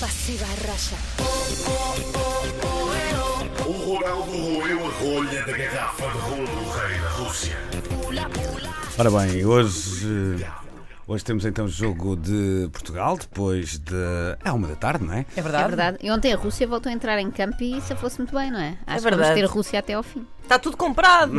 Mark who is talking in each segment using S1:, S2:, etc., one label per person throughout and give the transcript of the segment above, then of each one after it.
S1: Pasiva racha.
S2: O Ronaldo roeu a rolha da garrafa de rolo do rei da Rússia.
S3: Ora bem, hoje, eh, hoje temos então jogo de Portugal, depois de. É uma da tarde, não é?
S4: É verdade?
S5: É verdade. E ontem a Rússia voltou a entrar em campo e isso fosse muito bem, não é? Acho que vamos
S4: verdade.
S5: ter a Rússia até ao fim.
S4: Está tudo comprado.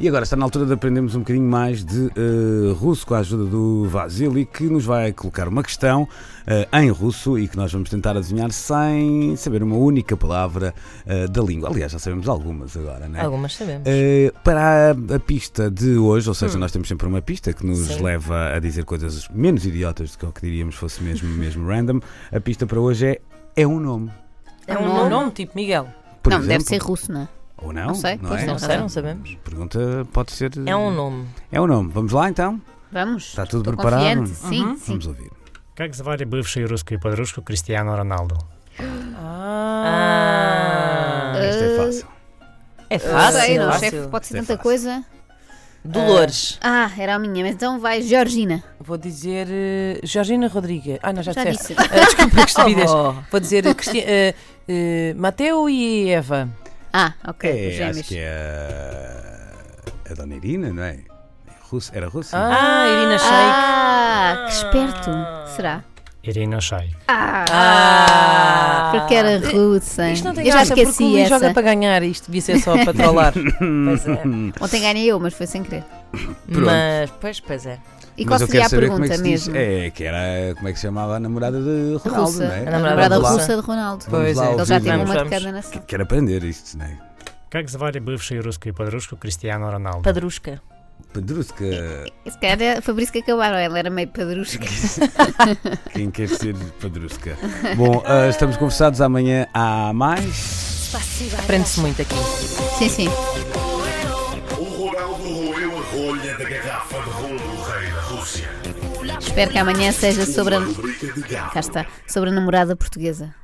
S3: E agora está na altura de aprendermos um bocadinho mais de eh, russo com a ajuda do Vasily, que nos vai colocar uma questão eh, em russo e que nós vamos tentar adivinhar sem saber uma única palavra eh, da língua. Aliás, já sabemos algumas agora, não é?
S4: Algumas sabemos.
S3: Eh, para a, a pista de hoje, ou
S5: Hum.
S3: seja, nós temos sempre uma pista que nos leva a dizer coisas menos idiotas do que o que diríamos fosse mesmo, mesmo random. A pista para hoje é é um nome.
S4: é um nome, tipo Miguel.
S3: Por
S5: não, deve
S3: exemplo.
S5: ser russo, não é?
S3: Ou não?
S5: Não sei, pois
S3: é?
S4: Não sei, não sabemos.
S3: Pergunta pode ser.
S4: É um nome.
S3: É um nome. Vamos lá então?
S5: Vamos.
S3: Está tudo
S5: Estou
S3: preparado? Hum, Uhum.
S5: Confiante. Sim, sim.
S3: Vamos ouvir.
S6: Как звали бывшую русскую подружку Кристиану Роналду?
S4: Ah.
S3: Isto
S5: Eh,
S3: é fácil.
S4: É
S5: Ah,
S4: fácil.
S5: sei, não,
S4: fácil.
S5: chefe, pode ser
S3: É
S5: tanta
S3: fácil.
S5: coisa.
S4: Dolores.
S5: Ah, era a minha, mas então vai, Georgina.
S4: Ah, Vou dizer eh, Georgina Rodrigues. Ah, não, já,
S5: Já
S4: disseste.
S5: disse. Oh.
S4: Ah, desculpa, que estupidez. Vou dizer Cristi... eh, eh, Mateu e Eva.
S5: Ah, ok.
S3: É, acho
S5: Gêmeos.
S3: que é a Dona Irina, não é? Russa- Era russa? é?
S4: Ah, Irina Shayk.
S5: Ah, que esperto. Será?
S6: Ирина Шай.
S5: Ah,
S4: Ah.
S5: porque era russa. hein?
S4: Isto não tem
S5: Eu já
S4: graça porque o
S5: esqueci
S4: Luís
S5: essa.
S4: joga para ganhar. Isto devia ser só para trollar.
S5: Ah.
S4: pois é.
S5: Ontem ganhei eu, mas foi sem querer.
S3: Pronto.
S4: Mas, pois, pois é.
S5: E qual
S3: Mas eu
S5: seria
S3: quero
S5: a
S3: saber como é que
S5: pergunta
S3: se diz.
S5: mesmo?
S3: É, que era como é que se chamava a namorada de Ronaldo,
S5: russa.
S3: não é?
S5: A
S4: namorada
S5: namorada
S3: Vamos lá.
S5: russa de Ronaldo.
S3: Vamos
S4: Pois
S3: lá
S4: é.
S3: ouvir.
S5: Ele já tem
S4: Vamos,
S5: uma de
S4: vamos.
S5: cada nação.
S3: Quero aprender isto, não é?
S6: Как звали бывшую русскую подружку Кристиану Роналду?
S4: é? Padrusca.
S3: Pedrusca.
S5: Se calhar é a Fabrício que acabaram, ela era meio padrusca.
S3: Quem quer ser Pedrusca? Bom, ah, estamos conversados. Amanhã há mais.
S1: Pasiva
S4: Aprende-se muito aqui.
S5: sim, sim.
S2: O Ronaldo roeu a rolha da garrafa de rolo do rei da Rússia.
S5: Espero que amanhã seja sobre a.
S2: Rubrica de garrafa.
S5: Cá está. Sobre a namorada portuguesa.